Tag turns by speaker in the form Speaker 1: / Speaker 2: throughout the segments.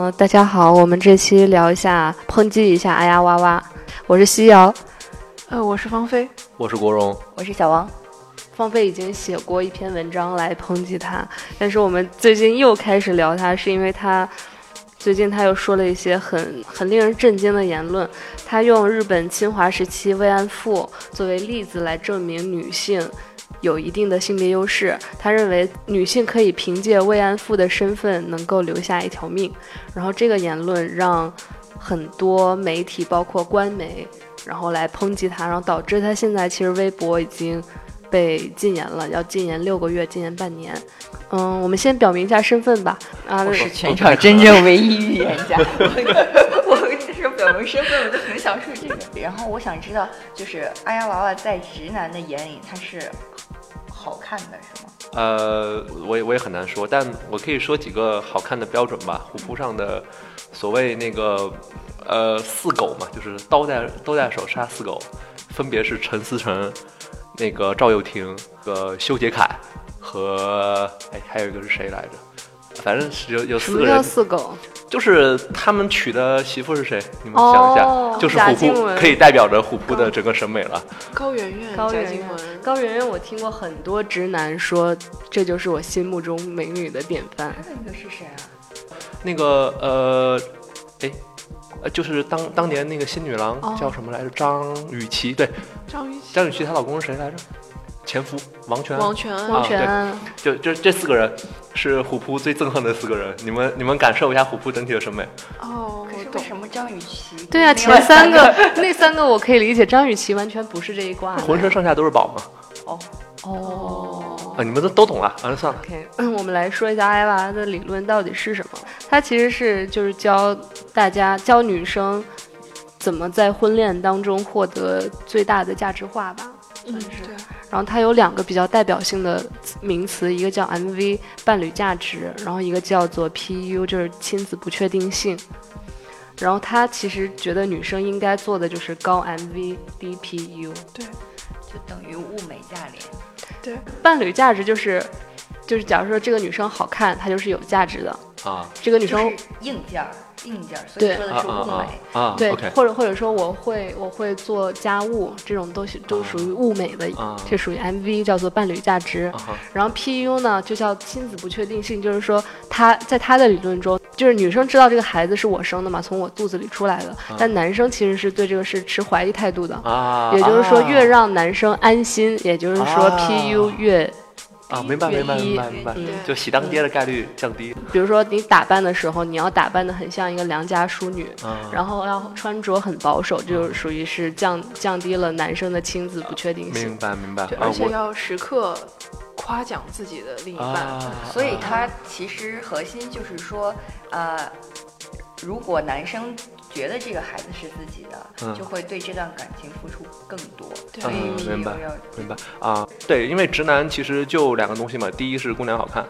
Speaker 1: 呃，大家好，我们这期聊一下，抨击一下哎呀哇哇。我是西瑶，
Speaker 2: 呃，我是芳菲。
Speaker 3: 我是国荣，
Speaker 4: 我是小王，
Speaker 1: 芳菲已经写过一篇文章来抨击他，但是我们最近又开始聊他，是因为他最近他又说了一些很很令人震惊的言论。他用日本侵华时期慰安妇作为例子来证明女性有一定的性别优势。他认为女性可以凭借慰安妇的身份能够留下一条命。然后这个言论让很多媒体，包括官媒，然后来抨击他，然后导致他现在其实微博已经被禁言了，要禁言六个月，禁言半年。嗯，我们先表明一下身份吧。啊，
Speaker 4: 我是全场 真正唯一预言家。 我我只是表明身份，我就很想说这个。然后我想知道，就是阿呀娃娃在直男的眼里，她是好看的，是吗？
Speaker 3: 呃，我也我也很难说，但我可以说几个好看的标准吧。虎扑上的所谓那个呃四狗嘛，就是刀在刀在手杀四狗，分别是陈思诚、那个赵又廷、呃修杰楷和哎还有一个是谁来着？反正是有有
Speaker 1: 什
Speaker 3: 四
Speaker 1: 么
Speaker 3: 个
Speaker 1: 叫
Speaker 3: 人，
Speaker 1: 四狗？
Speaker 3: 就是他们娶的媳妇是谁？你们想一下，
Speaker 1: 哦
Speaker 3: 就是
Speaker 1: 贾
Speaker 3: 虎
Speaker 1: 静
Speaker 3: 扑
Speaker 1: 雯
Speaker 3: 可以代表着虎扑的整个审美了。
Speaker 2: 高圆圆、
Speaker 1: 高
Speaker 2: 嗯贾
Speaker 1: 圆
Speaker 2: 静
Speaker 1: 圆，
Speaker 2: 雯，
Speaker 1: 高圆圆，我听过很多直男说，这就是我心目中美女的典范。
Speaker 4: 她那个是谁啊？
Speaker 3: 那个呃，哎，呃，就是当当年那个新女郎
Speaker 1: 哦
Speaker 3: 叫什么来着？张雨绮，对，
Speaker 2: 张雨绮、
Speaker 3: 张雨绮她老公是谁来着？前夫王全安，
Speaker 2: 王全安。
Speaker 1: 汪泉安，
Speaker 3: 就就这四个人是虎扑最憎恨的四个人。你们你们感受一下虎扑整体的审美。
Speaker 2: 哦，
Speaker 4: 可
Speaker 2: 我
Speaker 4: 是为
Speaker 2: 懂。
Speaker 4: 什么张雨绮？
Speaker 2: 嗯
Speaker 1: 对啊，
Speaker 4: 另
Speaker 1: 前
Speaker 4: 外
Speaker 1: 三个那三个我可以理解，张雨绮完全不是这一挂的。
Speaker 3: 浑身上下都是宝嘛
Speaker 4: 哦，
Speaker 1: 哦
Speaker 3: 啊！你们都都懂了，啊，算了。
Speaker 1: OK，我 们来说一下艾娃的理论到底是什么。它其实是就是教大家教女生怎么在婚恋当中获得最大的价值化吧。
Speaker 2: 嗯，
Speaker 1: 是
Speaker 2: 对。
Speaker 1: 然后它有两个比较代表性的名词，一个叫 MV 伴侣价值，然后一个叫做 PU 就是亲子不确定性。然后他其实觉得女生应该做的就是高 MV 低 PU，
Speaker 4: 就等于物美价廉。
Speaker 1: 伴侣价值就是就是假如说这个女生好看，她就是有价值的；
Speaker 3: 啊
Speaker 1: 这个女
Speaker 4: 就
Speaker 1: 生
Speaker 4: 是硬件儿，硬件儿，所以
Speaker 1: 对
Speaker 4: 说
Speaker 3: 啊
Speaker 4: 的是物美。
Speaker 3: 啊啊啊！
Speaker 1: 对
Speaker 3: OK
Speaker 1: 或者或者说我会我会做家务，这种都是都属于物美的，
Speaker 3: 啊
Speaker 1: 这属于 MV 叫做伴侣价值。
Speaker 3: 啊哈
Speaker 1: 然后 PU 呢就叫亲子不确定性，就是说他在他的理论中，就是女生知道这个孩子是我生的嘛，从我肚子里出来的，但男生其实是对这个是持怀疑态度的。
Speaker 3: 啊！
Speaker 1: 也就是说，
Speaker 3: 啊
Speaker 1: 越让男生安心，也就是说
Speaker 3: 啊
Speaker 1: PU 越，
Speaker 3: 啊，明白
Speaker 1: 越
Speaker 3: 明白
Speaker 1: 一
Speaker 3: 明白明白，
Speaker 1: 嗯
Speaker 3: 就喜当爹的概率降低
Speaker 1: 比如说你打扮的时候，你要打扮的很像一个良家淑女，
Speaker 3: 啊。
Speaker 1: 然后要穿着很保守，就是属于是降降低了男生的亲子不确定性
Speaker 3: 明。白明白
Speaker 2: 对，
Speaker 3: 啊
Speaker 2: 而且
Speaker 3: 我
Speaker 2: 要时刻夸奖自己的另一半。
Speaker 3: 啊，
Speaker 4: 所以
Speaker 3: 啊
Speaker 4: 它其实核心就是说，呃，如果男生觉得这个孩子是自己的，
Speaker 3: 嗯
Speaker 4: 就会对这段感情付出更多。
Speaker 2: 对
Speaker 4: 所以
Speaker 3: 嗯明白
Speaker 4: PU 要
Speaker 3: 明白啊，对，因为直男其实就两个东西嘛，第一是姑娘好看，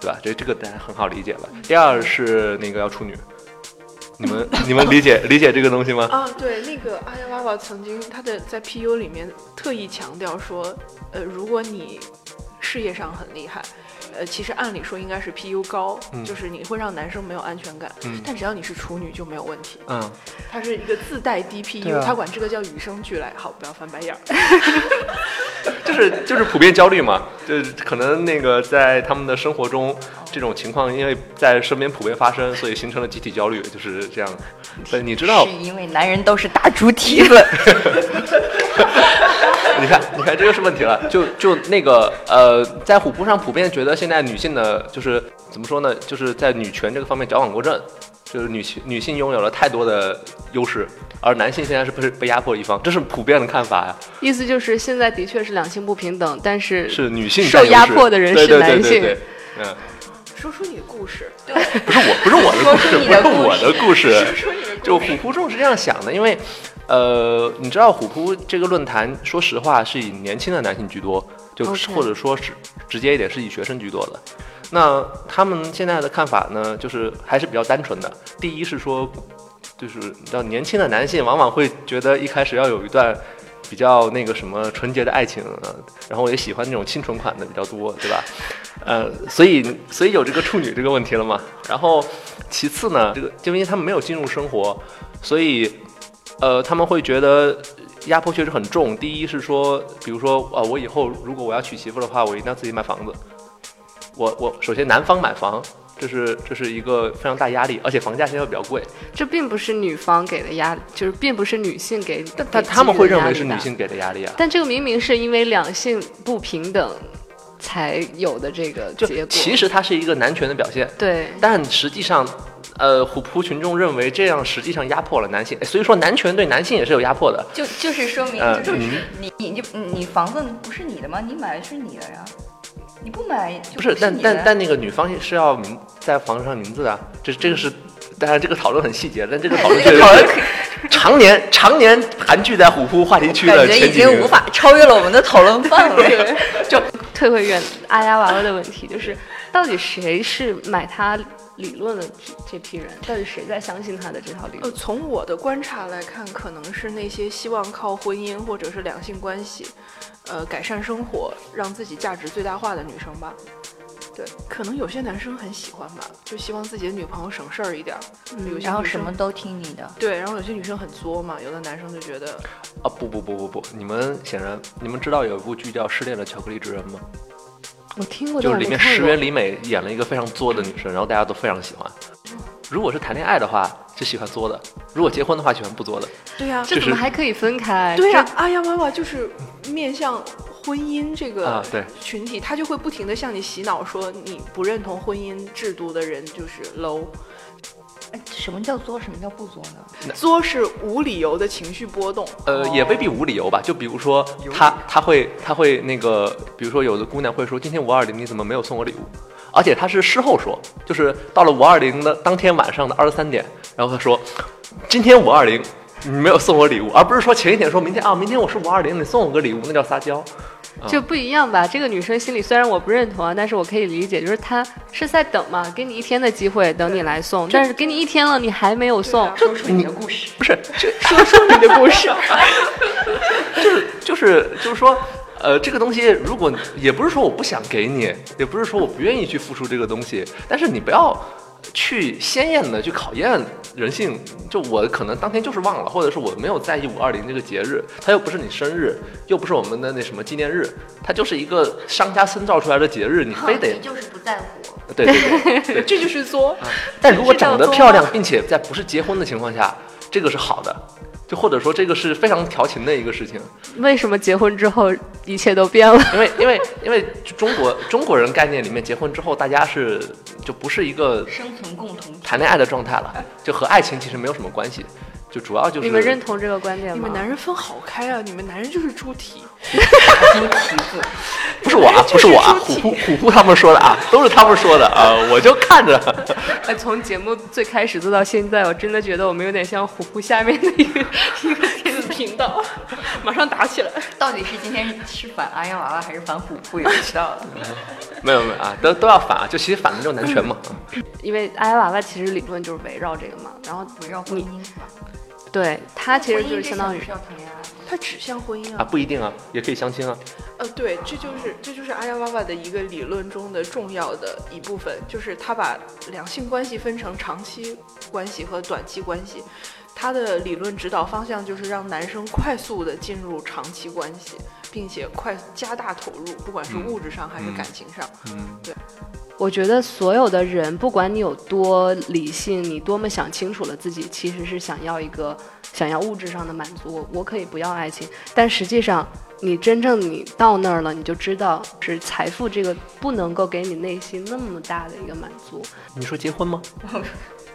Speaker 3: 对吧？这这个大家很好理解了。第二是那个要处女，你们你们理解理解这个东西 吗？
Speaker 2: 啊，对，那个阿呀娃娃曾经他的在 PU 里面特意强调说，呃，如果你事业上很厉害，呃，其实按理说应该是 PU 高，
Speaker 3: 嗯
Speaker 2: 就是你会让男生没有安全感，
Speaker 3: 嗯
Speaker 2: 但只要你是处女就没有问题。
Speaker 3: 嗯，
Speaker 2: 他是一个自带 DPU，、
Speaker 3: 对啊
Speaker 2: 他管这个叫与生俱来。好，不要翻白眼儿。
Speaker 3: 就是就是普遍焦虑嘛，就是可能那个在他们的生活中这种情况，因为在身边普遍发生，所以形成了集体焦虑，就是这样。对，你知道
Speaker 4: 是，因为男人都是大猪蹄子，
Speaker 3: 你看，你看，这就是问题了。就就那个呃，在虎扑上普遍觉得现在女性的，就是怎么说呢，就是在女权这个方面矫枉过正，就是女性女性拥有了太多的优势，而男性现在是被被压迫的一方，这是普遍的看法呀、
Speaker 1: 意思就是现在的确是两性不平等，但是
Speaker 3: 是女性
Speaker 1: 受
Speaker 3: 占优势
Speaker 1: 压迫的人
Speaker 3: 对
Speaker 1: 是
Speaker 3: 对
Speaker 1: 男
Speaker 3: 对对
Speaker 1: 性。
Speaker 3: 对，嗯，
Speaker 2: 说出你的故事，
Speaker 3: 不是我，不是我的故事，
Speaker 4: 说出
Speaker 3: 不
Speaker 4: 你
Speaker 3: 是
Speaker 4: 的
Speaker 3: 我的故事，
Speaker 2: 说出你的 故
Speaker 3: 就虎扑众是这样想的，因为，呃，你知道虎扑这个论坛，说实话是以年轻的男性居多，就
Speaker 1: OK
Speaker 3: 或者说是直接一点是以学生居多的。那他们现在的看法呢，就是还是比较单纯的。第一是说，就是你知道，年轻的男性往往会觉得一开始要有一段啊比较那个什么纯洁的爱情，呃然后也喜欢那种清纯款的比较多，对吧？呃，所以所以有这个处女这个问题了嘛。然后其次呢，这个就因为他们没有进入生活，所以呃他们会觉得压迫确实很重。第一是说，比如说啊、呃，我以后如果我要娶媳妇的话，我一定要自己买房子。我我首先男方买房，这是这是一个非常大压力，而且
Speaker 1: 嗯
Speaker 3: 房价现在又比较贵。
Speaker 1: 这并不是女方给的压力，就是并不是女性给，
Speaker 3: 但但他们会认为是女，性给的压力啊。
Speaker 1: 但这个明明是因为两性不平等才有的这个
Speaker 3: 就
Speaker 1: 结果。
Speaker 3: 其实它是一个男权的表现，
Speaker 1: 对，
Speaker 3: 但实际上，呃，虎扑群众认为这样实际上压迫了男性，哎所以说男权对男性也是有压迫的。
Speaker 4: 就就是说明，
Speaker 3: 呃
Speaker 4: 就是
Speaker 3: 嗯
Speaker 4: 你你你就你房子不是你的吗？你买的是你的呀，你不买就
Speaker 3: 不是，但
Speaker 4: 你的
Speaker 3: 但但那个女方是要名在房子上名字的啊，这这个是，当然这个讨论很细节，但这个讨论确实是常年常年盘踞在虎扑话题区的
Speaker 4: 感觉
Speaker 3: 前
Speaker 4: 已
Speaker 3: 几
Speaker 4: 经
Speaker 3: 名
Speaker 4: 无。法超越了我们的讨论范 围。
Speaker 1: 退回原阿丫娃娃的问题，就是到底谁是买他理论的这这批人？到底谁在相信他的这套理
Speaker 3: 哦
Speaker 2: 呃，
Speaker 1: 论？
Speaker 2: 从我的观察来看，可能是那些希望靠婚姻或者是两性关系，呃，改善生活，让自己价值最大化的女生吧。对，可能有些男生很喜欢吧，就希望自己的女朋友省事儿一点儿。
Speaker 3: 嗯
Speaker 2: 有些
Speaker 4: 然后
Speaker 2: 女
Speaker 4: 什
Speaker 2: 生
Speaker 4: 么都听你 的，
Speaker 2: 对，然后有些女生很作嘛，有的男生就觉得
Speaker 3: 啊不不不不不，你们显然你们知道有一部剧叫《失恋的巧克力之人》吗？
Speaker 1: 我听过，
Speaker 3: 就是
Speaker 1: 但我
Speaker 3: 里
Speaker 1: 没
Speaker 3: 面
Speaker 1: 看
Speaker 3: 石
Speaker 1: 过
Speaker 3: 原里美演了一个非常作的女生，然后大家都非常喜欢。如果是谈恋爱的话，是喜欢作的；如果结婚的话，喜欢不作的。
Speaker 2: 对呀、
Speaker 1: 这怎
Speaker 3: 就
Speaker 1: 么
Speaker 3: 是
Speaker 1: 还可以分开？
Speaker 3: 啊
Speaker 2: 对呀、哎呀妈妈就是面向婚姻这个
Speaker 3: 啊对
Speaker 2: 群体，他就会不停的向你洗脑说你不认同婚姻制度的人就是 low，
Speaker 4: 哎什么叫作，什么叫不作呢？
Speaker 2: 作是无理由的情绪波动。
Speaker 3: 呃，也未必无理由吧。就比如说，她她会她会那个，比如说有的姑娘会说，今天五二零你怎么没有送我礼物？而且她是事后说，就是到了五二零的当天晚上的二十三点，然后她说，今天五二零你没有送我礼物，而不是说前一天说明天啊，明天我是五二零，你送我个礼物，那叫撒娇。嗯
Speaker 1: 就不一样吧。这个女生心里虽然我不认同啊，但是我可以理解，就是她是在等嘛，给你一天的机会，等你来送。但是给你一天了，你还没有送，
Speaker 3: 啊
Speaker 4: 说出你的故事。
Speaker 3: 不是，这
Speaker 1: 说出你的故事。
Speaker 3: 就是就是说，呃，这个东西如果也不是说我不想给你，也不是说我不愿意去付出这个东西，但是你不要去鲜艳的去考验人性。就我可能当天就是忘了，或者是我没有在意五二零这个节日，它又不是你生日，又不是我们的那什么纪念日，它就是一个商家深造出来的节日，你 非得
Speaker 4: 你 就是不在乎。
Speaker 3: 对对对。对
Speaker 2: 这就是作，
Speaker 3: 但如果长得漂亮，并且在不是结婚的情况下，这个是好的。就或者说这个是非常调情的一个事情，
Speaker 1: 为什么结婚之后一切都变了？
Speaker 3: 因为因为因为中国中国人概念里面，结婚之后大家是就不是一个
Speaker 4: 生存共同体。
Speaker 3: 谈恋爱的状态了，就和爱情其实没有什么关系，就主要就是
Speaker 1: 你们认同这个观点吗？
Speaker 2: 你们男人分好开啊！你们男人就是猪蹄，
Speaker 4: 猪蹄子，
Speaker 3: 不是我 啊，不是我啊，
Speaker 2: 就
Speaker 3: 虎
Speaker 2: 是
Speaker 3: 扑虎扑他们说的啊，都是他们说的啊，我就看着，
Speaker 1: 哎，从节目最开始做到现在，我真的觉得我们有点像虎扑下面的一个一个电子频 道，马上打起来。
Speaker 4: 到底是今天是反阿呀娃娃还是反虎扑也不知道了。
Speaker 3: 没有没有啊，都都要反啊，就其实反的就是男权 嘛，
Speaker 1: 因为艾娃娃其实理论就是围绕这个嘛，然后
Speaker 4: 围绕婚姻是吧？
Speaker 1: 对它其实就是相当于
Speaker 4: 婚姻这项目是要谈恋爱的。
Speaker 2: 它指向婚姻
Speaker 3: 啊
Speaker 2: 啊。
Speaker 3: 不一定啊，也可以相亲啊，
Speaker 2: 呃，对，这就是这就是阿呀娃娃的一个理论中的重要的一部分，就是他把两性关系分成长期关系和短期关系。他的理论指导方向就是让男生快速的进入长期关系，并且快加大投入，不管是
Speaker 3: 嗯
Speaker 2: 物质上还是
Speaker 3: 嗯
Speaker 2: 感情上。
Speaker 3: 嗯，
Speaker 1: 我觉得所有的人，不管你有多理性，你多么想清楚了自己，其实是想要一个想要物质上的满足。我我可以不要爱情，但实际上，你真正你到那儿了，你就知道是财富这个不能够给你内心那么大的一个满足。
Speaker 3: 你说结婚吗？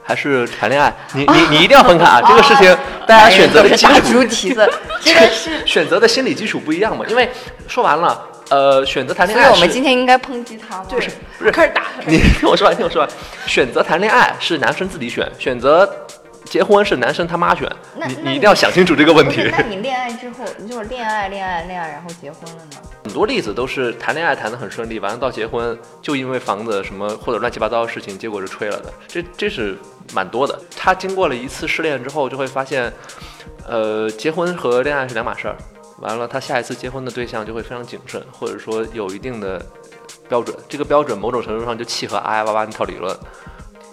Speaker 3: 还是谈恋爱？ 你你你一定要分开啊！这个事情大家选择的
Speaker 4: 哎
Speaker 3: 基
Speaker 4: 都是大
Speaker 3: 础
Speaker 4: 猪蹄子，真的是。
Speaker 3: 选择的心理基础不一样嘛。因为说完了，呃，选择谈 恋
Speaker 4: 所
Speaker 3: 爱
Speaker 4: 以
Speaker 3: 是，
Speaker 4: 我们今天应该抨击他吗？
Speaker 2: 对，
Speaker 3: 不是
Speaker 2: 开始打。
Speaker 3: 你 听我说完，听我说完，选择谈恋爱是男生自己选，选择结婚是男生他妈选。
Speaker 4: 那
Speaker 3: 你
Speaker 4: 那
Speaker 3: 你
Speaker 4: 你
Speaker 3: 一定要想清楚这个问
Speaker 4: 不是，
Speaker 3: 题
Speaker 4: 那。你恋爱之后，你就是恋爱、恋爱、恋爱，然后结婚了呢？
Speaker 3: 很多例子都是谈恋爱谈得很顺利，完了到结婚就因为房子什么或者乱七八糟的事情，结果是吹了的。这这是蛮多的。他经过了一次失恋之后，就会发现，呃，结婚和恋爱是两码事儿。完了，他下一次结婚的对象就会非常谨慎，或者说有一定的标准，这个标准某种程度上就契合阿呀哇哇那套理论，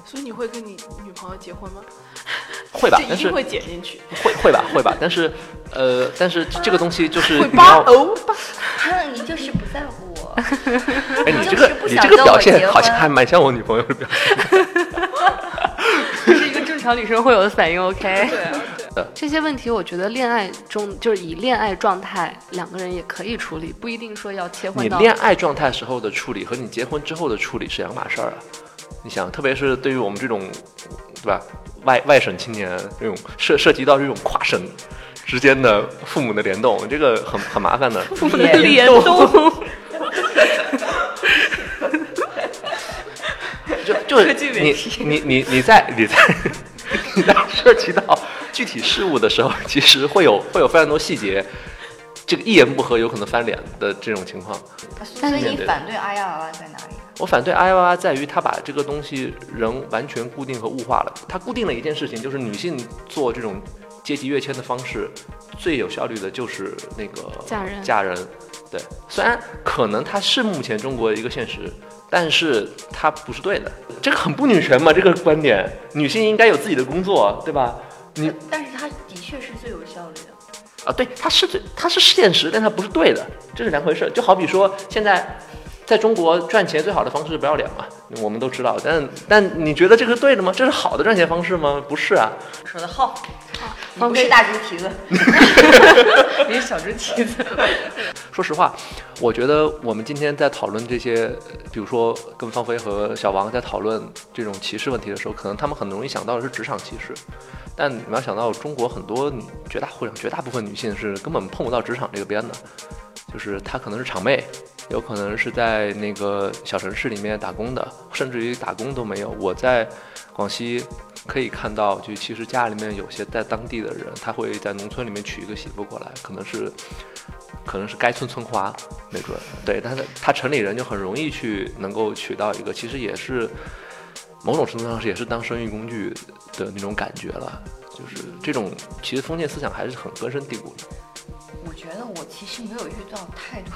Speaker 2: 所以你会跟你女朋友结婚吗？
Speaker 3: 会吧？
Speaker 2: 这
Speaker 3: 但
Speaker 2: 一
Speaker 3: 是
Speaker 2: 定会剪进去，
Speaker 3: 会会吧会吧，但是呃，但是这个东西就是
Speaker 2: 会
Speaker 3: 你
Speaker 2: 扒
Speaker 3: 要，
Speaker 2: 欧巴。
Speaker 4: 哼，你就是不在乎我。
Speaker 3: 哎，你
Speaker 4: 就
Speaker 3: 这个
Speaker 4: 是不
Speaker 3: 你
Speaker 4: 想
Speaker 3: 这个
Speaker 4: 跟
Speaker 3: 表
Speaker 4: 我结
Speaker 3: 现好像
Speaker 4: 婚
Speaker 3: 还蛮像我女朋友的表现
Speaker 1: 这是一个正常女生会有的反应。OK，
Speaker 2: 对啊，对啊
Speaker 1: 这些问题我觉得恋爱中就是以恋爱状态两个人也可以处理，不一定说要切换
Speaker 3: 你
Speaker 1: 到
Speaker 3: 恋爱状态时候的处理和你结婚之后的处理是两码事儿啊。你想，特别是对于我们这种，对吧？外外省青年这种涉涉及到这种跨省之间的父母的联动，这个很很麻烦的。
Speaker 1: 不能
Speaker 4: 联
Speaker 1: 联
Speaker 4: 动
Speaker 1: 动。
Speaker 3: 就 就
Speaker 4: 科
Speaker 3: 是
Speaker 4: 技媒
Speaker 3: 你你你你在你在你在 涉及到具体事物的时候，其实会有会有非常多细节，这个一言不合有可能翻脸的这种情况。
Speaker 4: 所以你反对阿呀娃娃在哪里？
Speaker 3: 我反对 I Y 在于他把这个东西人完全固定和物化了。他固定了一件事情，就是女性做这种阶级跃迁的方式，最有效率的就是那个
Speaker 1: 嫁人
Speaker 3: 嫁人，对，虽然可能它是目前中国一个现实，但是它不是对的。这个很不女权嘛，这个观点，女性应该有自己的工作，对吧？你
Speaker 4: 但是他的确是最有效率的。
Speaker 3: 啊，对，它是最它是现实，但它不是对的，这是两回事儿。就好比说，现在在中国赚钱最好的方式是不要脸嘛，我们都知道。但但你觉得这个是对的吗？这是好的赚钱方式吗？不是啊。
Speaker 4: 说的好，你
Speaker 1: 好
Speaker 4: 不是大猪蹄子，
Speaker 1: 你是小猪蹄子，
Speaker 3: 说实话，我觉得我们今天在讨论这些，呃比如说跟芳菲和小王在讨论这种歧视问题的时候，可能他们很容易想到的是职场歧视，但你们要想到中国很多女绝大或者绝大部分女性是根本碰不到职场这个边的，就是她可能是厂妹，有可能是在那个小城市里面打工的，甚至于打工都没有。我在广西。可以看到，就其实家里面有些在当地的人，他会在农村里面娶一个媳妇过来，可能是可能是该村村花，没准儿对，但是他城里人就很容易去能够娶到一个，其实也是某种程度上是也是当生育工具的那种感觉了，就是这种其实封建思想还是很根深蒂固的。
Speaker 4: 我觉得我其实没有遇到太多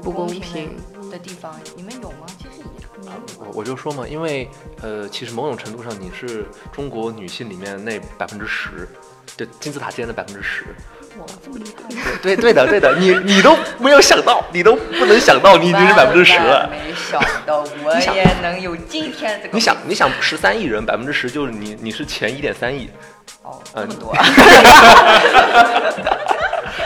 Speaker 1: 不公
Speaker 4: 平
Speaker 1: 平。
Speaker 4: 的地方，你们有吗？其实也没有
Speaker 3: 我
Speaker 4: 啊。
Speaker 3: 我就说嘛，因为呃，其实某种程度上你是中国女性里面那百分之十，就金字塔尖的百分之十。
Speaker 4: 我这么厉害，
Speaker 3: 对对的对的，你你都没有想到，你都不能想到，你已经是百分之十
Speaker 4: 万。
Speaker 3: 了
Speaker 4: 万没想到我也能有今天这个。
Speaker 3: 你想，你想十三亿人，百分之十就是你，你是前一点三亿，
Speaker 4: 哦，这
Speaker 3: 呃
Speaker 4: 么 多，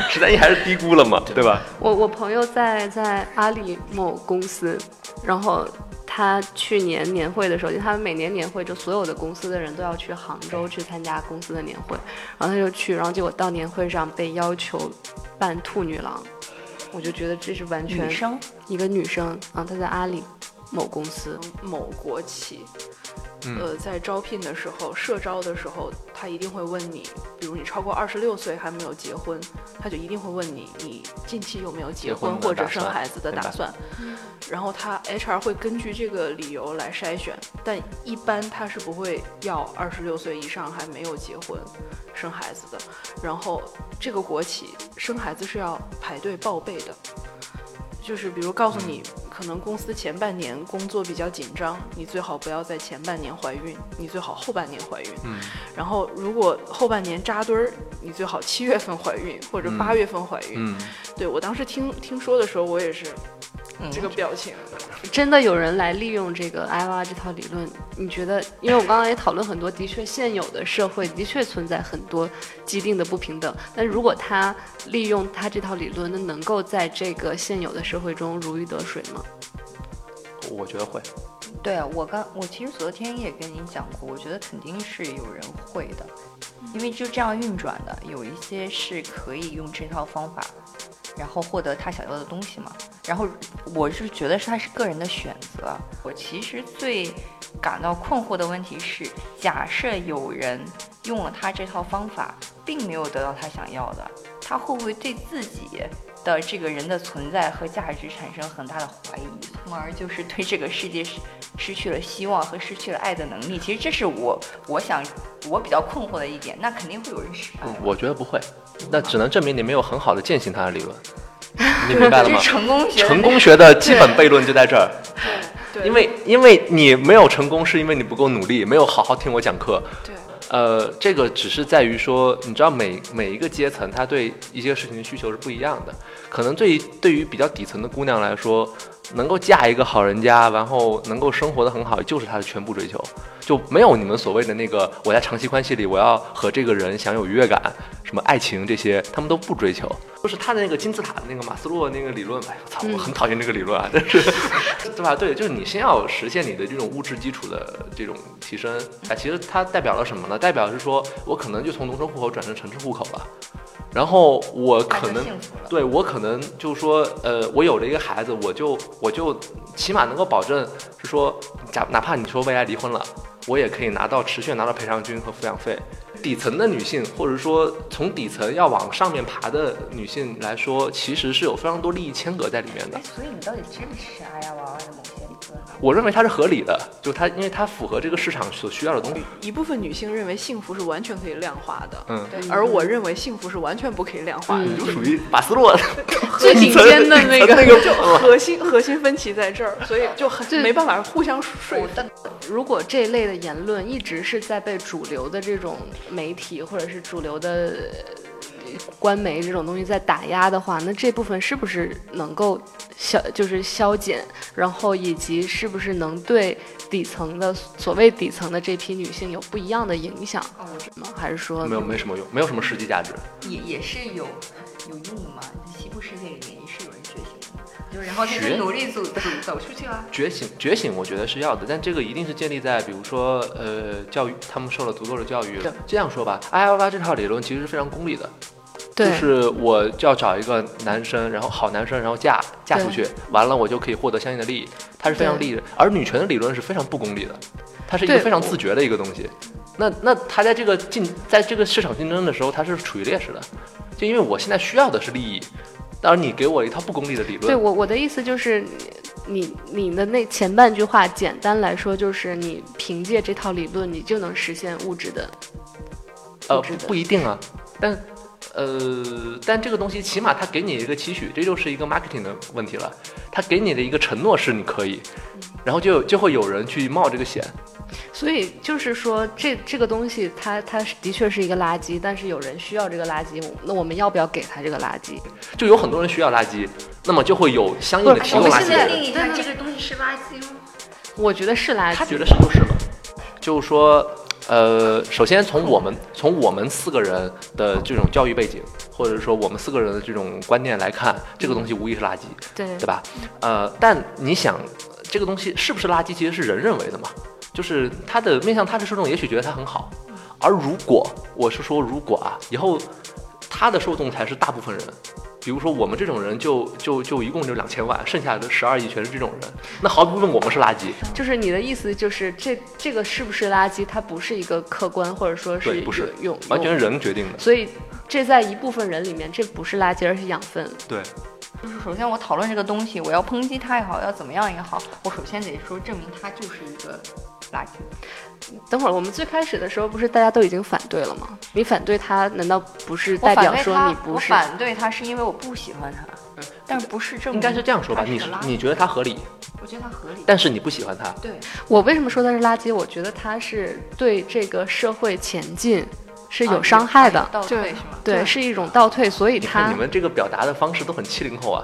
Speaker 3: 十三亿还是低估了嘛，对吧？
Speaker 1: 我我朋友在在阿里某公司，然后他去年年会的时候，因为他们每年年会就所有的公司的人都要去杭州去参加公司的年会，然后他就去，然后结果到年会上被要求扮兔女郎，我就觉得这是完全
Speaker 4: 女生
Speaker 1: 一个女生啊，她在阿里某公司，
Speaker 2: 某国企，
Speaker 3: 嗯
Speaker 2: 呃，在招聘的时候、社招的时候，他一定会问你，比如你超过二十六岁还没有结婚，他就一定会问你，你近期有没有结
Speaker 3: 结
Speaker 2: 婚
Speaker 3: 婚的
Speaker 2: 或者
Speaker 3: 打算
Speaker 2: 生孩子的打
Speaker 3: 明白
Speaker 2: 算。然后他 HR 会根据这个理由来筛选，但一般他是不会要二十六岁以上还没有结婚、生孩子的。然后这个国企生孩子是要排队报备的，就是比如告诉你，可能公司前半年工作比较紧张，你最好不要在前半年怀孕，你最好后半年怀孕。
Speaker 3: 嗯，
Speaker 2: 然后如果后半年扎堆儿，你最好七月份怀孕或者
Speaker 3: 嗯
Speaker 2: 八月份怀孕。
Speaker 3: 嗯，
Speaker 2: 对我当时听听说的时候，我也是
Speaker 4: 嗯
Speaker 2: 这个表情。
Speaker 1: 真的有人来利用这个 I R 这套理论？你觉得？因为我刚刚也讨论很多，的确现有的社会的确存在很多既定的不平等。但如果他利用他这套理论，那能够在这个现有的社会中如鱼得水吗？
Speaker 3: 我觉得会，
Speaker 4: 对啊，我刚我其实昨天也跟你讲过，我觉得肯定是有人会的，因为就这样运转的，有一些是可以用这套方法，然后获得他想要的东西嘛。然后我是觉得是他是个人的选择。我其实最感到困惑的问题是，假设有人用了他这套方法，并没有得到他想要的，他会不会对自己的这个人的存在和价值产生很大的怀疑，从而就是对这个世界失失去了希望和失去了爱的能力？其实这是我我想我比较困惑的一点。那肯定会有人失败。
Speaker 3: 我觉得不会，那只能证明你没有很好的践行他的理论。你明白了
Speaker 4: 这
Speaker 3: 吗
Speaker 4: 是？成功学的
Speaker 3: 成功学的基本悖论就在这儿，
Speaker 2: 对，
Speaker 3: 因为因为你没有成功，是因为你不够努力，没有好好听我讲课。
Speaker 2: 对
Speaker 3: 呃，这个只是在于说，你知道每每一个阶层，他对一些事情的需求是不一样的。可能对于对于比较底层的姑娘来说，能够嫁一个好人家，然后能够生活的很好，就是她的全部追求，就没有你们所谓的那个我在长期关系里我要和这个人享有愉悦感，什么爱情这些，他们都不追求。就是他的那个金字塔的那个马斯洛那个理论，哎呀，我操，我很讨厌这个理论啊， 但是 对吧？对，就是你先要实现你的这种物质基础的这种提升。哎，其实它代表了什么呢？代表是说我可能就从农村户口转成城市户口了，然后我
Speaker 4: 那
Speaker 3: 可
Speaker 4: 就
Speaker 3: 能
Speaker 4: 幸福了。
Speaker 3: 对我可能就说，呃，我有了一个孩子，我就我就起码能够保证，是说，假哪怕你说未来离婚了，我也可以拿到持续拿到赔偿金和抚养费。底层的女性，或者说从底层要往上面爬的女性来说，其实是有非常多利益牵葛在里面的
Speaker 4: 哎，。所以你到底支不支持阿呀娃娃的某些啊理论？
Speaker 3: 我认为它是合理的，就它因为它符合这个市场所需要的东西。
Speaker 2: 一部分女性认为幸福是完全可以量化的，
Speaker 3: 嗯，
Speaker 4: 对
Speaker 2: 而我认为幸福是完全不可以量化的。
Speaker 3: 你就属于马斯洛
Speaker 1: 最顶尖的
Speaker 3: 嗯
Speaker 1: 那个。
Speaker 2: 就 核心核心分歧在这儿，所以就很
Speaker 1: 对
Speaker 2: 没办法互相说服。
Speaker 1: 如果这类的言论一直是在被主流的这种媒体或者是主流的呃官媒这种东西在打压的话，那这部分是不是能够消就是消减，然后以及是不是能对底层的所谓底层的这批女性有不一样的影响
Speaker 4: 哦，我
Speaker 1: 吗？还是说
Speaker 3: 没有没什么用，没有什么实际价值。
Speaker 4: 这也也是有有用的嘛，西部世界里面也是有人觉醒的，就是然后就
Speaker 3: 学
Speaker 4: 是努力走走走出去 啊。
Speaker 3: 觉醒，觉醒，我觉得是要的，但这个一定是建立在，比如说，呃，教育，他们受了足够的教育。这样说吧，I L 八这套理论其实是非常功利的，就
Speaker 1: 对？
Speaker 3: 是我就要找一个男生，然后好男生，然后嫁嫁出去，完了我就可以获得相应的利益，它是非常利益的。而女权的理论是非常不功利的，它是一个
Speaker 1: 对
Speaker 3: 非常
Speaker 1: 我
Speaker 3: 自觉的一个东西。那那它在这个竞，在这个市场竞争的时候，它是处于劣势的，就因为我现在需要的是利益，而你给我一套不功利的理
Speaker 1: 对
Speaker 3: 论，
Speaker 1: 我我的意思就是，你你的那前半句话，简单来说就是，你凭借这套理论，你就能实现物质的
Speaker 3: 呃，
Speaker 1: 物质
Speaker 3: 不
Speaker 1: 的
Speaker 3: 不一定啊，但呃，但这个东西起码他给你一个期许，这就是一个 marketing 的问题了。他给你的一个承诺是你可以，
Speaker 1: 嗯
Speaker 3: 然后就有就会有人去冒这个险。
Speaker 1: 所以就是说，这这个东西它，它是的确是一个垃圾，但是有人需要这个垃圾，我那我们要不要给他这个垃圾？
Speaker 3: 就有很多人需要垃圾，那么就会有相应的
Speaker 1: 不
Speaker 3: 提
Speaker 1: 是
Speaker 3: 供
Speaker 1: 我
Speaker 3: 垃
Speaker 1: 现
Speaker 3: 圾
Speaker 1: 在
Speaker 3: 的
Speaker 1: 对
Speaker 3: 人，
Speaker 1: 定义一下这
Speaker 4: 个东西是垃圾吗？
Speaker 1: 我觉得是垃圾，
Speaker 3: 他觉得是就是了。就是说，呃，首先从我们从我们四个人的这种教育背景，或者说我们四个人的这种观念来看，这个东西无疑是垃圾。
Speaker 1: 对
Speaker 3: 对吧？呃，但你想，这个东西是不是垃圾，其实是人认为的嘛？就是它的面向他的受众，也许觉得它很好，而如果我是说如果啊，以后他的受众才是大部分人。比如说我们这种人就就就一共就两千万，剩下的十二亿全是这种人，那毫不问我们是垃圾，
Speaker 1: 就是你的意思就是这这个是不是垃圾，它不是一个客观或者说是
Speaker 3: 对不是
Speaker 1: 有有
Speaker 3: 完全是人决定的。
Speaker 1: 所以这在一部分人里面，这不是垃圾，而是养分。
Speaker 3: 对，
Speaker 4: 就是首先我讨论这个东西，我要抨击它也好，要怎么样也好，我首先得说证明它就是一个垃圾。
Speaker 1: 等会儿我们最开始的时候，不是大家都已经反对了吗？你反对他，难道不是
Speaker 4: 我
Speaker 1: 代
Speaker 4: 反
Speaker 1: 表
Speaker 4: 对
Speaker 1: 说
Speaker 4: 它
Speaker 1: 你，不
Speaker 4: 我
Speaker 1: 是？
Speaker 4: 反对它是因为我不喜欢它，但不是证明
Speaker 3: 应该是这样说吧，
Speaker 4: 它
Speaker 3: 你
Speaker 4: 是
Speaker 3: 是
Speaker 4: 个垃圾
Speaker 3: 你觉得它合理，
Speaker 4: 我觉得它合理。
Speaker 3: 但是你不喜欢它，
Speaker 4: 对，
Speaker 1: 我为什么说它是垃圾？我觉得它是对这个社会前进是啊有伤害的，
Speaker 4: 倒退
Speaker 2: 对
Speaker 4: 是吗？
Speaker 1: 对，是一种倒退，所以
Speaker 3: 你看
Speaker 1: 它
Speaker 3: 你们这个表达的方式都很七零后啊，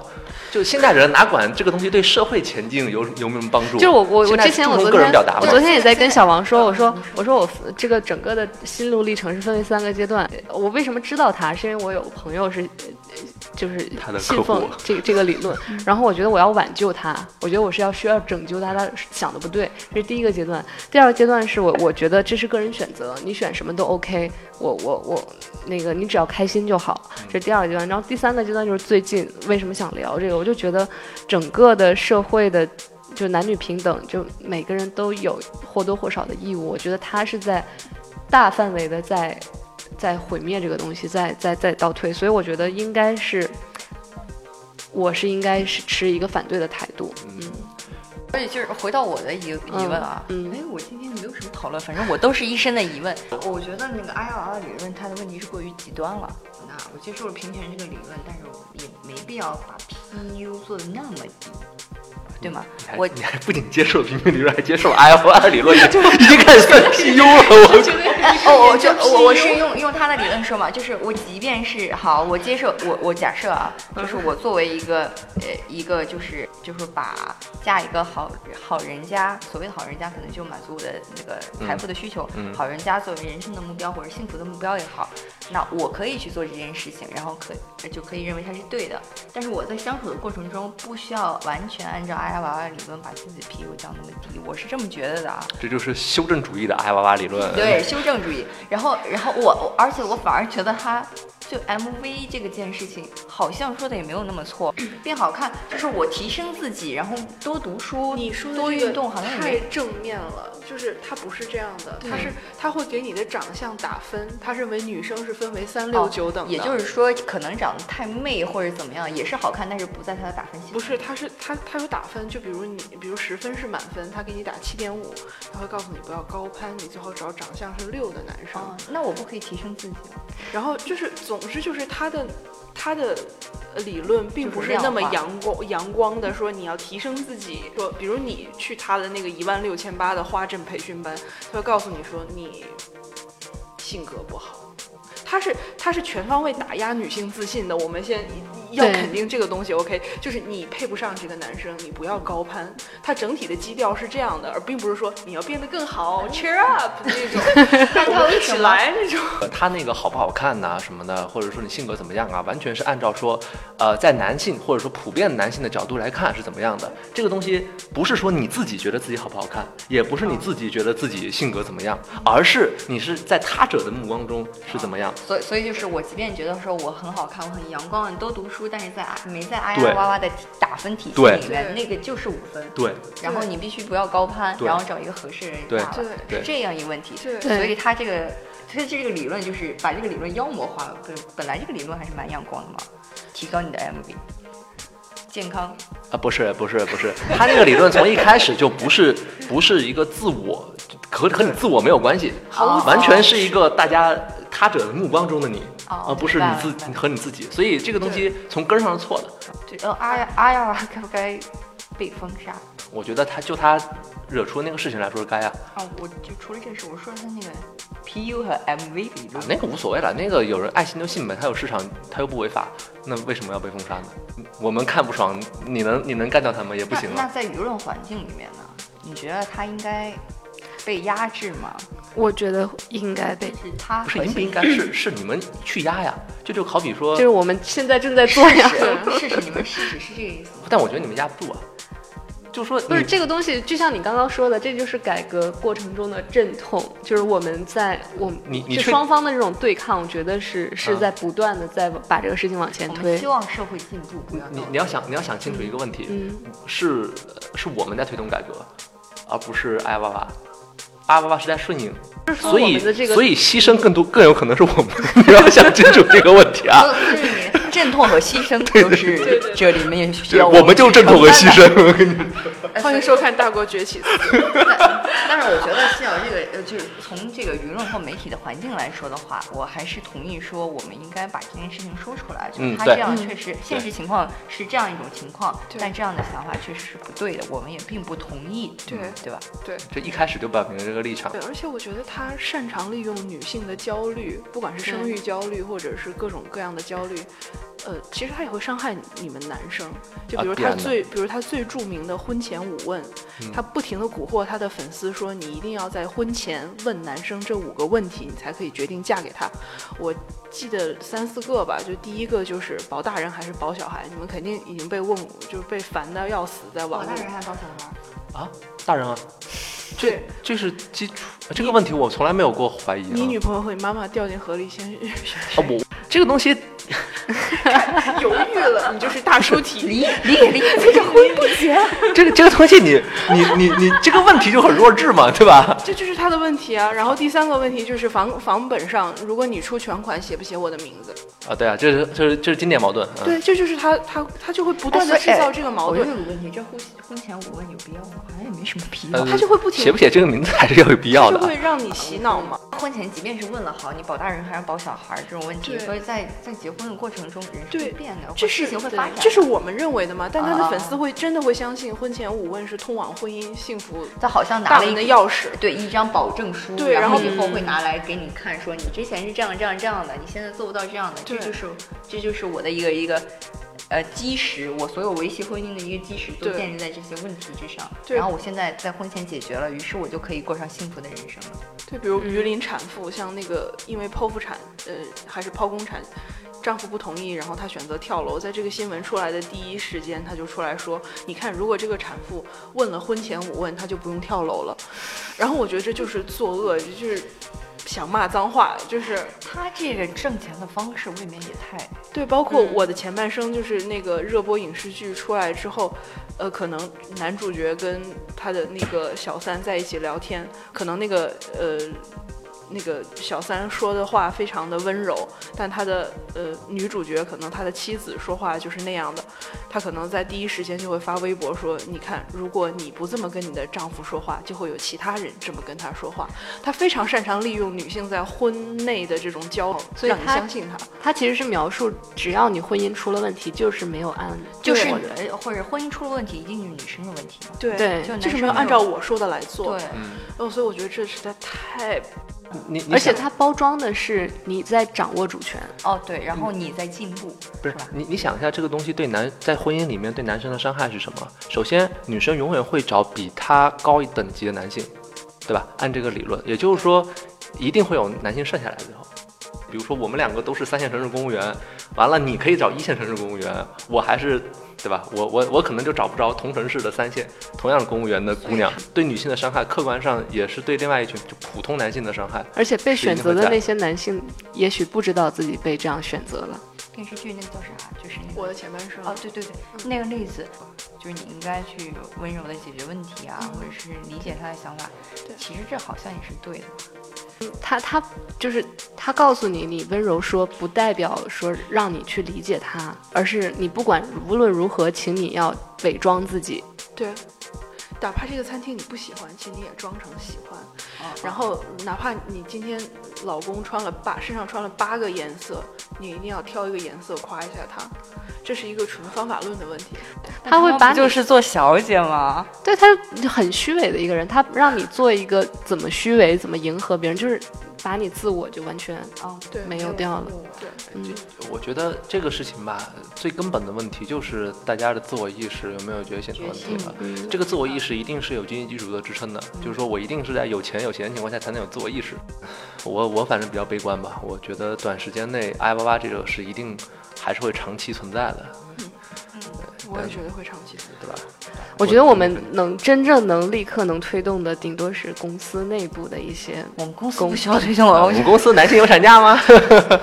Speaker 3: 就现代人哪管这个东西对社会前进有有没有帮助？
Speaker 1: 就是我我我
Speaker 3: 现在
Speaker 1: 之前我
Speaker 3: 注重
Speaker 1: 昨
Speaker 3: 个人
Speaker 1: 天
Speaker 3: 表达嘛
Speaker 1: 我昨天也在跟小王说，
Speaker 4: 对
Speaker 1: 我说
Speaker 4: 对对
Speaker 1: 我说我这个整个的心路历程是分为三个阶段。我为什么知道它？是因为我有朋友是呃就是
Speaker 3: 他的客
Speaker 1: 信奉
Speaker 3: 户
Speaker 1: 这个这个理论，然后我觉得我要挽救他，我觉得我是要需要拯救他，他想的不对，这是第一个阶段。第二个阶段是我我觉得这是个人选择，你选什么都 OK，我我我那个你只要开心就好，
Speaker 3: 嗯
Speaker 1: 这是第二个阶段。然后第三个阶段就是最近为什么想聊这个，我就觉得整个的社会的就男女平等，就每个人都有或多或少的义务。我觉得他是在大范围的在在毁灭这个东西，在在在倒退，所以我觉得应该是。我是应该是持一个反对的态度，嗯，
Speaker 4: 所以就是回到我的疑疑问啊，
Speaker 1: 嗯嗯
Speaker 4: 哎，我今天没有什么讨论，反正我都是一身的疑问。我觉得那个阿亚娃娃理论它的问题是过于极端了，纳，我接受了平权这个理论，但是我也没必要把 PU 做的那么低，对吗
Speaker 3: 你还？
Speaker 4: 我
Speaker 3: 你还不仅接受平均理论，还接受 I O 二 理论，已经已经开始算 P U 了。我
Speaker 4: 哎哦，我就我我是用用他的理论说嘛，就是我即便是好，我接受我我假设啊，就是我作为一个呃一个就是就是把嫁一个好好人家，所谓的好人家可能就满足我的那个财富的需求，
Speaker 3: 嗯嗯
Speaker 4: 好人家作为人生的目标或者幸福的目标也好，那我可以去做这件事情，然后可就可以认为它是对的，但是我在相处的过程中不需要完全按照阿呀娃娃理论把自己 PU 降那么低，我是这么觉得的啊。
Speaker 3: 这就是修正主义的 I 娃娃理论。
Speaker 4: 对，修正主义。然后，然后我，我而且我反而觉得他就 MV 这个件事情，好像说的也没有那么错，变好看就是我提升自己，然后多读书，
Speaker 2: 你说的
Speaker 4: 多
Speaker 2: 这个
Speaker 4: 运动，好像也
Speaker 2: 太
Speaker 4: 没
Speaker 2: 正面了，就是它不是这样的，
Speaker 4: 对
Speaker 2: 它是它会给你的长相打分，他认为女生是分为三六九等
Speaker 4: 哦
Speaker 2: 的，
Speaker 4: 也就是说，可能长得太媚或者怎么样，也是好看，但是不在他的打分系
Speaker 2: 不是，它是它它有打分，就比如你，比如十分是满分，他给你打七点五，他会告诉你不要高攀，你最好找长相是六的男生。
Speaker 4: 啊、那我不可以提升自己吗？
Speaker 2: 然后就是，总之就是他的他的呃理论并不
Speaker 4: 就是
Speaker 2: 是那么
Speaker 4: 量化
Speaker 2: 阳光阳光的说你要提升自己，说比如你去他的那个一万六千八的花镇培训班，他会告诉你说你性格不好，他是他是全方位打压女性自信的。我们先要
Speaker 1: 对
Speaker 2: 肯定这个东西，OK，就是你配不上这个男生，你不要高攀。他整体的基调是这样的，而并不是说你要变得更好，cheer up 那种，
Speaker 4: 但
Speaker 2: 我们一起来那种。
Speaker 3: 呃他那个好不好看呐、什么的，或者说你性格怎么样啊，完全是按照说，呃，在男性或者说普遍男性的角度来看是怎么样的。这个东西不是说你自己觉得自己好不好看，也不是你自己觉得自己性格怎么样，而是你是在他者的目光中是怎么样。
Speaker 4: 所以，所以就是我，即便觉得说我很好看，我很阳光，多读书，但是在没在哎
Speaker 3: 对
Speaker 4: 呀哇哇的体打分体系
Speaker 3: 对
Speaker 4: 里面，
Speaker 2: 对
Speaker 4: 那个就是五分。
Speaker 3: 对，
Speaker 4: 然后你必须不要高攀，
Speaker 3: 对
Speaker 4: 然后找一个合适的人
Speaker 3: 对
Speaker 4: 嫁了，
Speaker 3: 对
Speaker 4: 是这样一个问题。
Speaker 2: 对
Speaker 4: 所以他这个，他这个理论就是把这个理论妖魔化了。本本来这个理论还是蛮阳光的嘛，提高你的 MV，健康。
Speaker 3: 啊，不是不是不是，他那个理论从一开始就不是不是一个自我，和和你自我没有关系，
Speaker 4: 哦
Speaker 3: 完全是一个大家他者的目光中的你，
Speaker 4: 哦
Speaker 3: 而不是你
Speaker 4: 明白了
Speaker 3: 自
Speaker 4: 明白了
Speaker 3: 和你自己，所以这个东西从根儿上是错的。
Speaker 4: 对，呃，阿呀阿呀哇该不该被封杀？
Speaker 3: 我觉得他就他惹出那个事情来说是该啊，
Speaker 4: 啊，我就除了这个事，我说他那个 PU 和 MV 理
Speaker 3: 啊
Speaker 4: 论。
Speaker 3: 那个无所谓了，那个有人爱信就信呗，他有市场，他又不违法，那为什么要被封杀呢？我们看不爽，你能你能干掉他们也不行
Speaker 4: 那那
Speaker 3: 啊。
Speaker 4: 在舆论环境里面呢，你觉得他应该被压制吗？
Speaker 1: 我觉得应该被
Speaker 4: 就，是他
Speaker 3: 不是
Speaker 4: 核
Speaker 3: 应不
Speaker 4: 心
Speaker 3: 应该是是你们去压呀？这就好比说
Speaker 1: 就，是我们现在正在做呀。
Speaker 4: 试试你们试试是这个意思吗？
Speaker 3: 但我觉得你们压不住啊。就说
Speaker 1: 不是
Speaker 3: 你
Speaker 1: 这个东西，就像你刚刚说的，这就是改革过程中的阵痛，就是我们在我们
Speaker 3: 你你
Speaker 1: 就
Speaker 3: 确嗯
Speaker 1: 双方的这种对抗，我觉得是是在不断的在把这个事情往前
Speaker 4: 我们
Speaker 1: 推
Speaker 4: 希。望社会进步，不要
Speaker 3: 哎你
Speaker 4: 斗
Speaker 3: 你要想你要想清楚一个问题，
Speaker 1: 嗯，
Speaker 3: 是是我们在推动改革，而不是艾娃娃。阿娃娃是在顺应，
Speaker 1: 就是说我
Speaker 3: 所以
Speaker 1: 们的这个
Speaker 3: 所以牺牲更多更有可能是我们。 你要想清楚这个问题 啊！
Speaker 4: 就是 你阵痛和牺牲都是这里面需要
Speaker 3: 我们就是阵痛和牺牲。 我跟你 说
Speaker 4: 呃
Speaker 2: 欢迎收看《大国崛起》。
Speaker 4: 但是我觉得信仰这个，呃，就是从这个舆论或媒体的环境来说的话，我还是同意说我们应该把这件事情说出来。就是
Speaker 3: 嗯
Speaker 4: 他
Speaker 3: 对
Speaker 4: 这样确实，现实情况是这样一种情况，
Speaker 2: 对
Speaker 4: 但这样的想法确实是不对的，我们也并不同意，
Speaker 2: 对
Speaker 4: 对吧？
Speaker 2: 对
Speaker 3: 这一开始就表明了这个立场
Speaker 2: 对，，而且我觉得他擅长利用女性的焦虑，不管是生育焦虑，或者是各种各样的焦虑。呃，其实他也会伤害你们男生，就
Speaker 3: 啊
Speaker 2: 比如
Speaker 3: 必
Speaker 2: 他
Speaker 3: 然的
Speaker 2: 最，比如他最著名的婚前五问，
Speaker 3: 嗯
Speaker 2: 他不停的蛊惑他的粉丝说，你一定要在婚前问男生这五个问题，你才可以决定嫁给他。我记得三四个吧，就第一个就是保大人还是保小孩，你们肯定已经被问，就是被烦的要死，在网
Speaker 4: 广大
Speaker 2: 络
Speaker 4: 人还高小孩。
Speaker 3: 大人啊，这
Speaker 2: 对
Speaker 3: 这是基础，这个问题我从来没有过怀疑啊。
Speaker 2: 你女朋友和你妈妈掉进河里先
Speaker 3: 啊我这个东西
Speaker 2: 犹豫了，你就是大叔体力。
Speaker 4: 离离这个婚不结，
Speaker 3: 这个这个东西你你你你这个问题就很弱智嘛，对吧？
Speaker 2: 这就是他的问题啊。然后第三个问题就是房房本上，如果你出全款，写不写我的名字？
Speaker 3: 啊，对啊，这是这是这是经典矛盾。嗯、
Speaker 2: 对，这就是他他他就会不断的
Speaker 4: 哎
Speaker 2: 制
Speaker 4: 所以
Speaker 2: 造这个矛
Speaker 4: 我又
Speaker 2: 盾，
Speaker 4: 有个问题，这婚婚前五问有必要吗？好像也没什么必要。
Speaker 3: 呃
Speaker 2: 他就会不停
Speaker 3: 写不写这个名字还是要有必要
Speaker 2: 就
Speaker 3: 的啊。
Speaker 2: 会让你洗脑嘛。
Speaker 4: 婚前即便是问了好，你保大人还是保小孩儿这种问题，
Speaker 2: 对
Speaker 4: 所以在在结婚的过程中，人是
Speaker 2: 对
Speaker 4: 会变的，或事
Speaker 2: 这是
Speaker 4: 情会发展的。
Speaker 2: 这是我们认为的嘛？但他
Speaker 4: 啊
Speaker 2: 的粉丝会真的会相信婚前五问是通往婚姻幸福
Speaker 4: 他好像拿
Speaker 2: 大
Speaker 4: 了
Speaker 2: 门的
Speaker 4: 一
Speaker 2: 钥匙。
Speaker 4: 对一张保证书，
Speaker 2: 对
Speaker 4: 然
Speaker 2: 然后嗯
Speaker 4: 以后会拿来给你看，说你之前是这样这样这样的，你现在做不到这样的，这
Speaker 2: 对
Speaker 4: 就是这就是我的一个一个呃基石，我所有维系婚姻的一个基石都
Speaker 2: 对
Speaker 4: 建立在这些问题之上。
Speaker 2: 对
Speaker 4: 然后我现在在婚前解决了，于是我就可以过上幸福的人生了。
Speaker 2: 对，比如鱼鳞产妇，像那个因为剖腹产，呃，还是剖宫产，丈夫不同意，然后她选择跳楼，在这个新闻出来的第一时间，她就出来说，你看，如果这个产妇问了婚前五问，她就不用跳楼了。然后我觉得这就是作恶，这就是想骂脏话，就是
Speaker 4: 他这个挣钱的方式未免也太……
Speaker 2: 对，包括
Speaker 4: 嗯
Speaker 2: 我的前半生，就是那个热播影视剧出来之后，呃，可能男主角跟他的那个小三在一起聊天，可能那个呃。那个小三说的话非常的温柔，但他的呃女主角可能他的妻子说话就是那样的，他可能在第一时间就会发微博说，你看，如果你不这么跟你的丈夫说话，就会有其他人这么跟他说话。他非常擅长利用女性在婚内的这种交往，
Speaker 1: 所以
Speaker 2: 让你
Speaker 1: 他
Speaker 2: 相信他。
Speaker 1: 它其实是描述，只要你婚姻出了问题，就是没有按，
Speaker 4: 就是
Speaker 1: 我
Speaker 4: 呃或者婚姻出了问题，一定是女生的问题嘛？
Speaker 2: 对
Speaker 1: 对
Speaker 4: 就
Speaker 2: 就是
Speaker 4: 男
Speaker 2: 没有
Speaker 4: 生
Speaker 2: 按
Speaker 4: 这
Speaker 2: 照
Speaker 4: 种
Speaker 2: 我说的来做。
Speaker 4: 对，
Speaker 2: 哦，所以我觉得这实在太
Speaker 3: 你你
Speaker 1: 而且
Speaker 3: 想
Speaker 1: 它包装的是你在掌握主权，
Speaker 4: 哦对，然后你在进步，
Speaker 3: 不是
Speaker 4: 吧？
Speaker 3: 你你想一下，这个东西对男在婚姻里面对男生的伤害是什么？首先，女生永远会找比她高一等级的男性，对吧？按这个理论，也就是说，一定会有男性剩下来最后。比如说，我们两个都是三线城市公务员，完了你可以找一线城市公务员，我还是对吧？我我我可能就找不着同城市的三线同样公务员的姑娘。对女性的伤害，客观上也是对另外一群就普通男性的伤害。
Speaker 1: 而且被
Speaker 3: 是一定
Speaker 1: 选择
Speaker 3: 会
Speaker 1: 的
Speaker 3: 在
Speaker 1: 那些男性，也许不知道自己被这样选择了。
Speaker 4: 电视剧那个叫啥？就是那个
Speaker 2: 我的前半生。
Speaker 4: 哦，对对对，那个例子就是你应该去温柔的解决问题啊，或者是理解他的想法。
Speaker 2: 对
Speaker 4: 其实这好像也是对的。
Speaker 1: 他他就是他告诉你，你温柔说不代表说让你去理解他，而是你不管无论如何，请你要伪装自己。
Speaker 2: 对，哪怕这个餐厅你不喜欢，请你也装成喜欢。
Speaker 4: 然
Speaker 2: 然
Speaker 4: 后
Speaker 2: 后，哪怕你今天老公穿了八，身上穿了八个颜色，你一定要挑一个颜色夸一下他。这是一会纯方法论的问题。
Speaker 1: 他会把你
Speaker 4: 就是做小姐嘛，
Speaker 1: 对他很虚伪的一个人，他让你做一个怎么虚伪，怎么迎合别人，就是把你自我就完全
Speaker 4: 啊，
Speaker 2: 对，
Speaker 1: 没有掉了。
Speaker 2: 对，
Speaker 1: 嗯，
Speaker 3: 我觉得这个事情吧，最根本的问题就是大家的自我意识有没有觉醒的问题
Speaker 1: 嗯
Speaker 3: 了。这个自我意识一定是有经济基础的支撑的，就是说我一定是在有钱有闲的情况下才能有自我意识。我我反正比较悲观吧，我觉得短时间内爱八八这个是一定还是会长期存在的，
Speaker 2: 我也觉得会长期存在。
Speaker 3: 对吧？
Speaker 1: 我觉得我们能真正能立刻能推动的，顶多是公司内部的一些。
Speaker 4: 我们公司
Speaker 1: 公
Speaker 4: 不需要推荐我，
Speaker 3: 我
Speaker 4: 我
Speaker 3: 们公司男性有产假吗？
Speaker 1: 嗯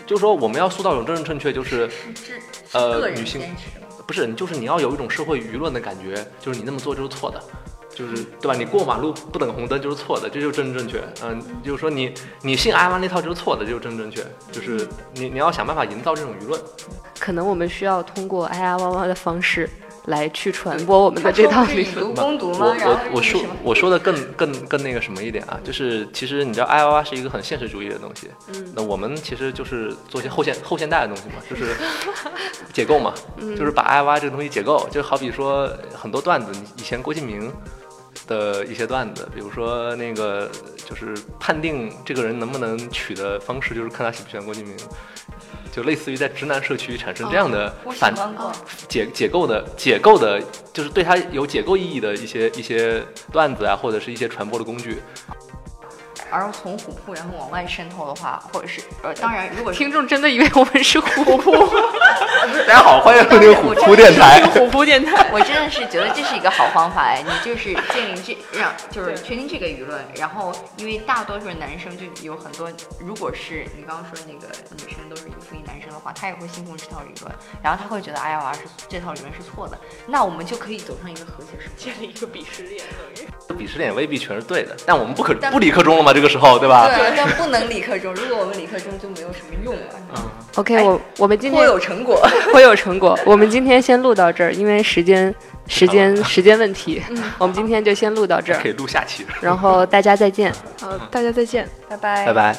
Speaker 3: 就是说我们要塑造一种真正正确，就是
Speaker 4: 是
Speaker 3: 呃
Speaker 4: 个人
Speaker 3: 女性
Speaker 4: 坚持嘛
Speaker 3: 不是，你就是你要有一种社会舆论的感觉，就是你那么做就是错的，就是对吧？你过马路不等红灯就是错的，这就是政治正确。嗯、就是说你你信阿妈那套就是错的，这就是政治正确。就是你你要想办法营造这种舆论。
Speaker 1: 可能我们需要通过哎呀哇哇的方式来去传播我们的这套
Speaker 4: 他说是
Speaker 1: 理
Speaker 4: 以
Speaker 1: 论。
Speaker 4: 毒攻毒
Speaker 3: 我
Speaker 4: 吗？然后
Speaker 3: 我我
Speaker 4: 是
Speaker 3: 说
Speaker 4: 什么
Speaker 3: 我说的更更更那个什么一点啊，就是其实你知道 I O R 是一个很现实主义的东西，嗯，那我们其实就是做些后现后现代的东西嘛，就是 解构嘛，
Speaker 4: 嗯
Speaker 3: 就是把 I O R 这个东西解构，就好比说很多段子，你以前郭敬明。的一些段子，比如说那个就是判定这个人能不能娶的方式，就是看他喜不喜欢郭敬明，就类似于在直男社区产生这样的
Speaker 4: 哦我喜
Speaker 3: 反
Speaker 4: 欢过，
Speaker 3: 解解构的解构的，就是对它有解构意义的一些一些段子啊，或者是一些传播的工具。
Speaker 4: 而从虎扑然后往外渗透的话，或者是呃，当然如果是
Speaker 1: 听众真的以为 我们是虎扑
Speaker 3: 大家好，欢迎收听虎
Speaker 4: 我真的
Speaker 3: 扑电台。
Speaker 1: 虎扑电台。
Speaker 4: 我真的是觉得这是一个好方法哎，你就是建立这让就是确定这个舆论，然后因为大多数男生就有很多，如果是你刚刚说那个女生都是依附于男生的话，他也会信奉这套理论，然后他会觉得哎呀，我是这套理论是错的，那我们就可以走上一个和谐社会。
Speaker 2: 建立一个鄙视链，等于
Speaker 3: 鄙视链未必全是对的，但我们不可
Speaker 4: 但
Speaker 3: 不理科中了吗？这个时候，对吧？
Speaker 4: 对，但不能理科中。如果我们理科中就没有什么用了，
Speaker 3: 嗯，
Speaker 1: OK，
Speaker 4: 哎
Speaker 1: 我我们今
Speaker 4: 颇
Speaker 1: 天
Speaker 4: 有成果。
Speaker 1: 颇有成果。我们今天先录到这儿，因为时间时间时间问题，我们今天就先录到这
Speaker 3: 可以
Speaker 1: 儿，
Speaker 3: 录下期，
Speaker 1: 然后大家再见。
Speaker 2: 好，大家再见。
Speaker 4: 拜拜，
Speaker 3: 拜。拜。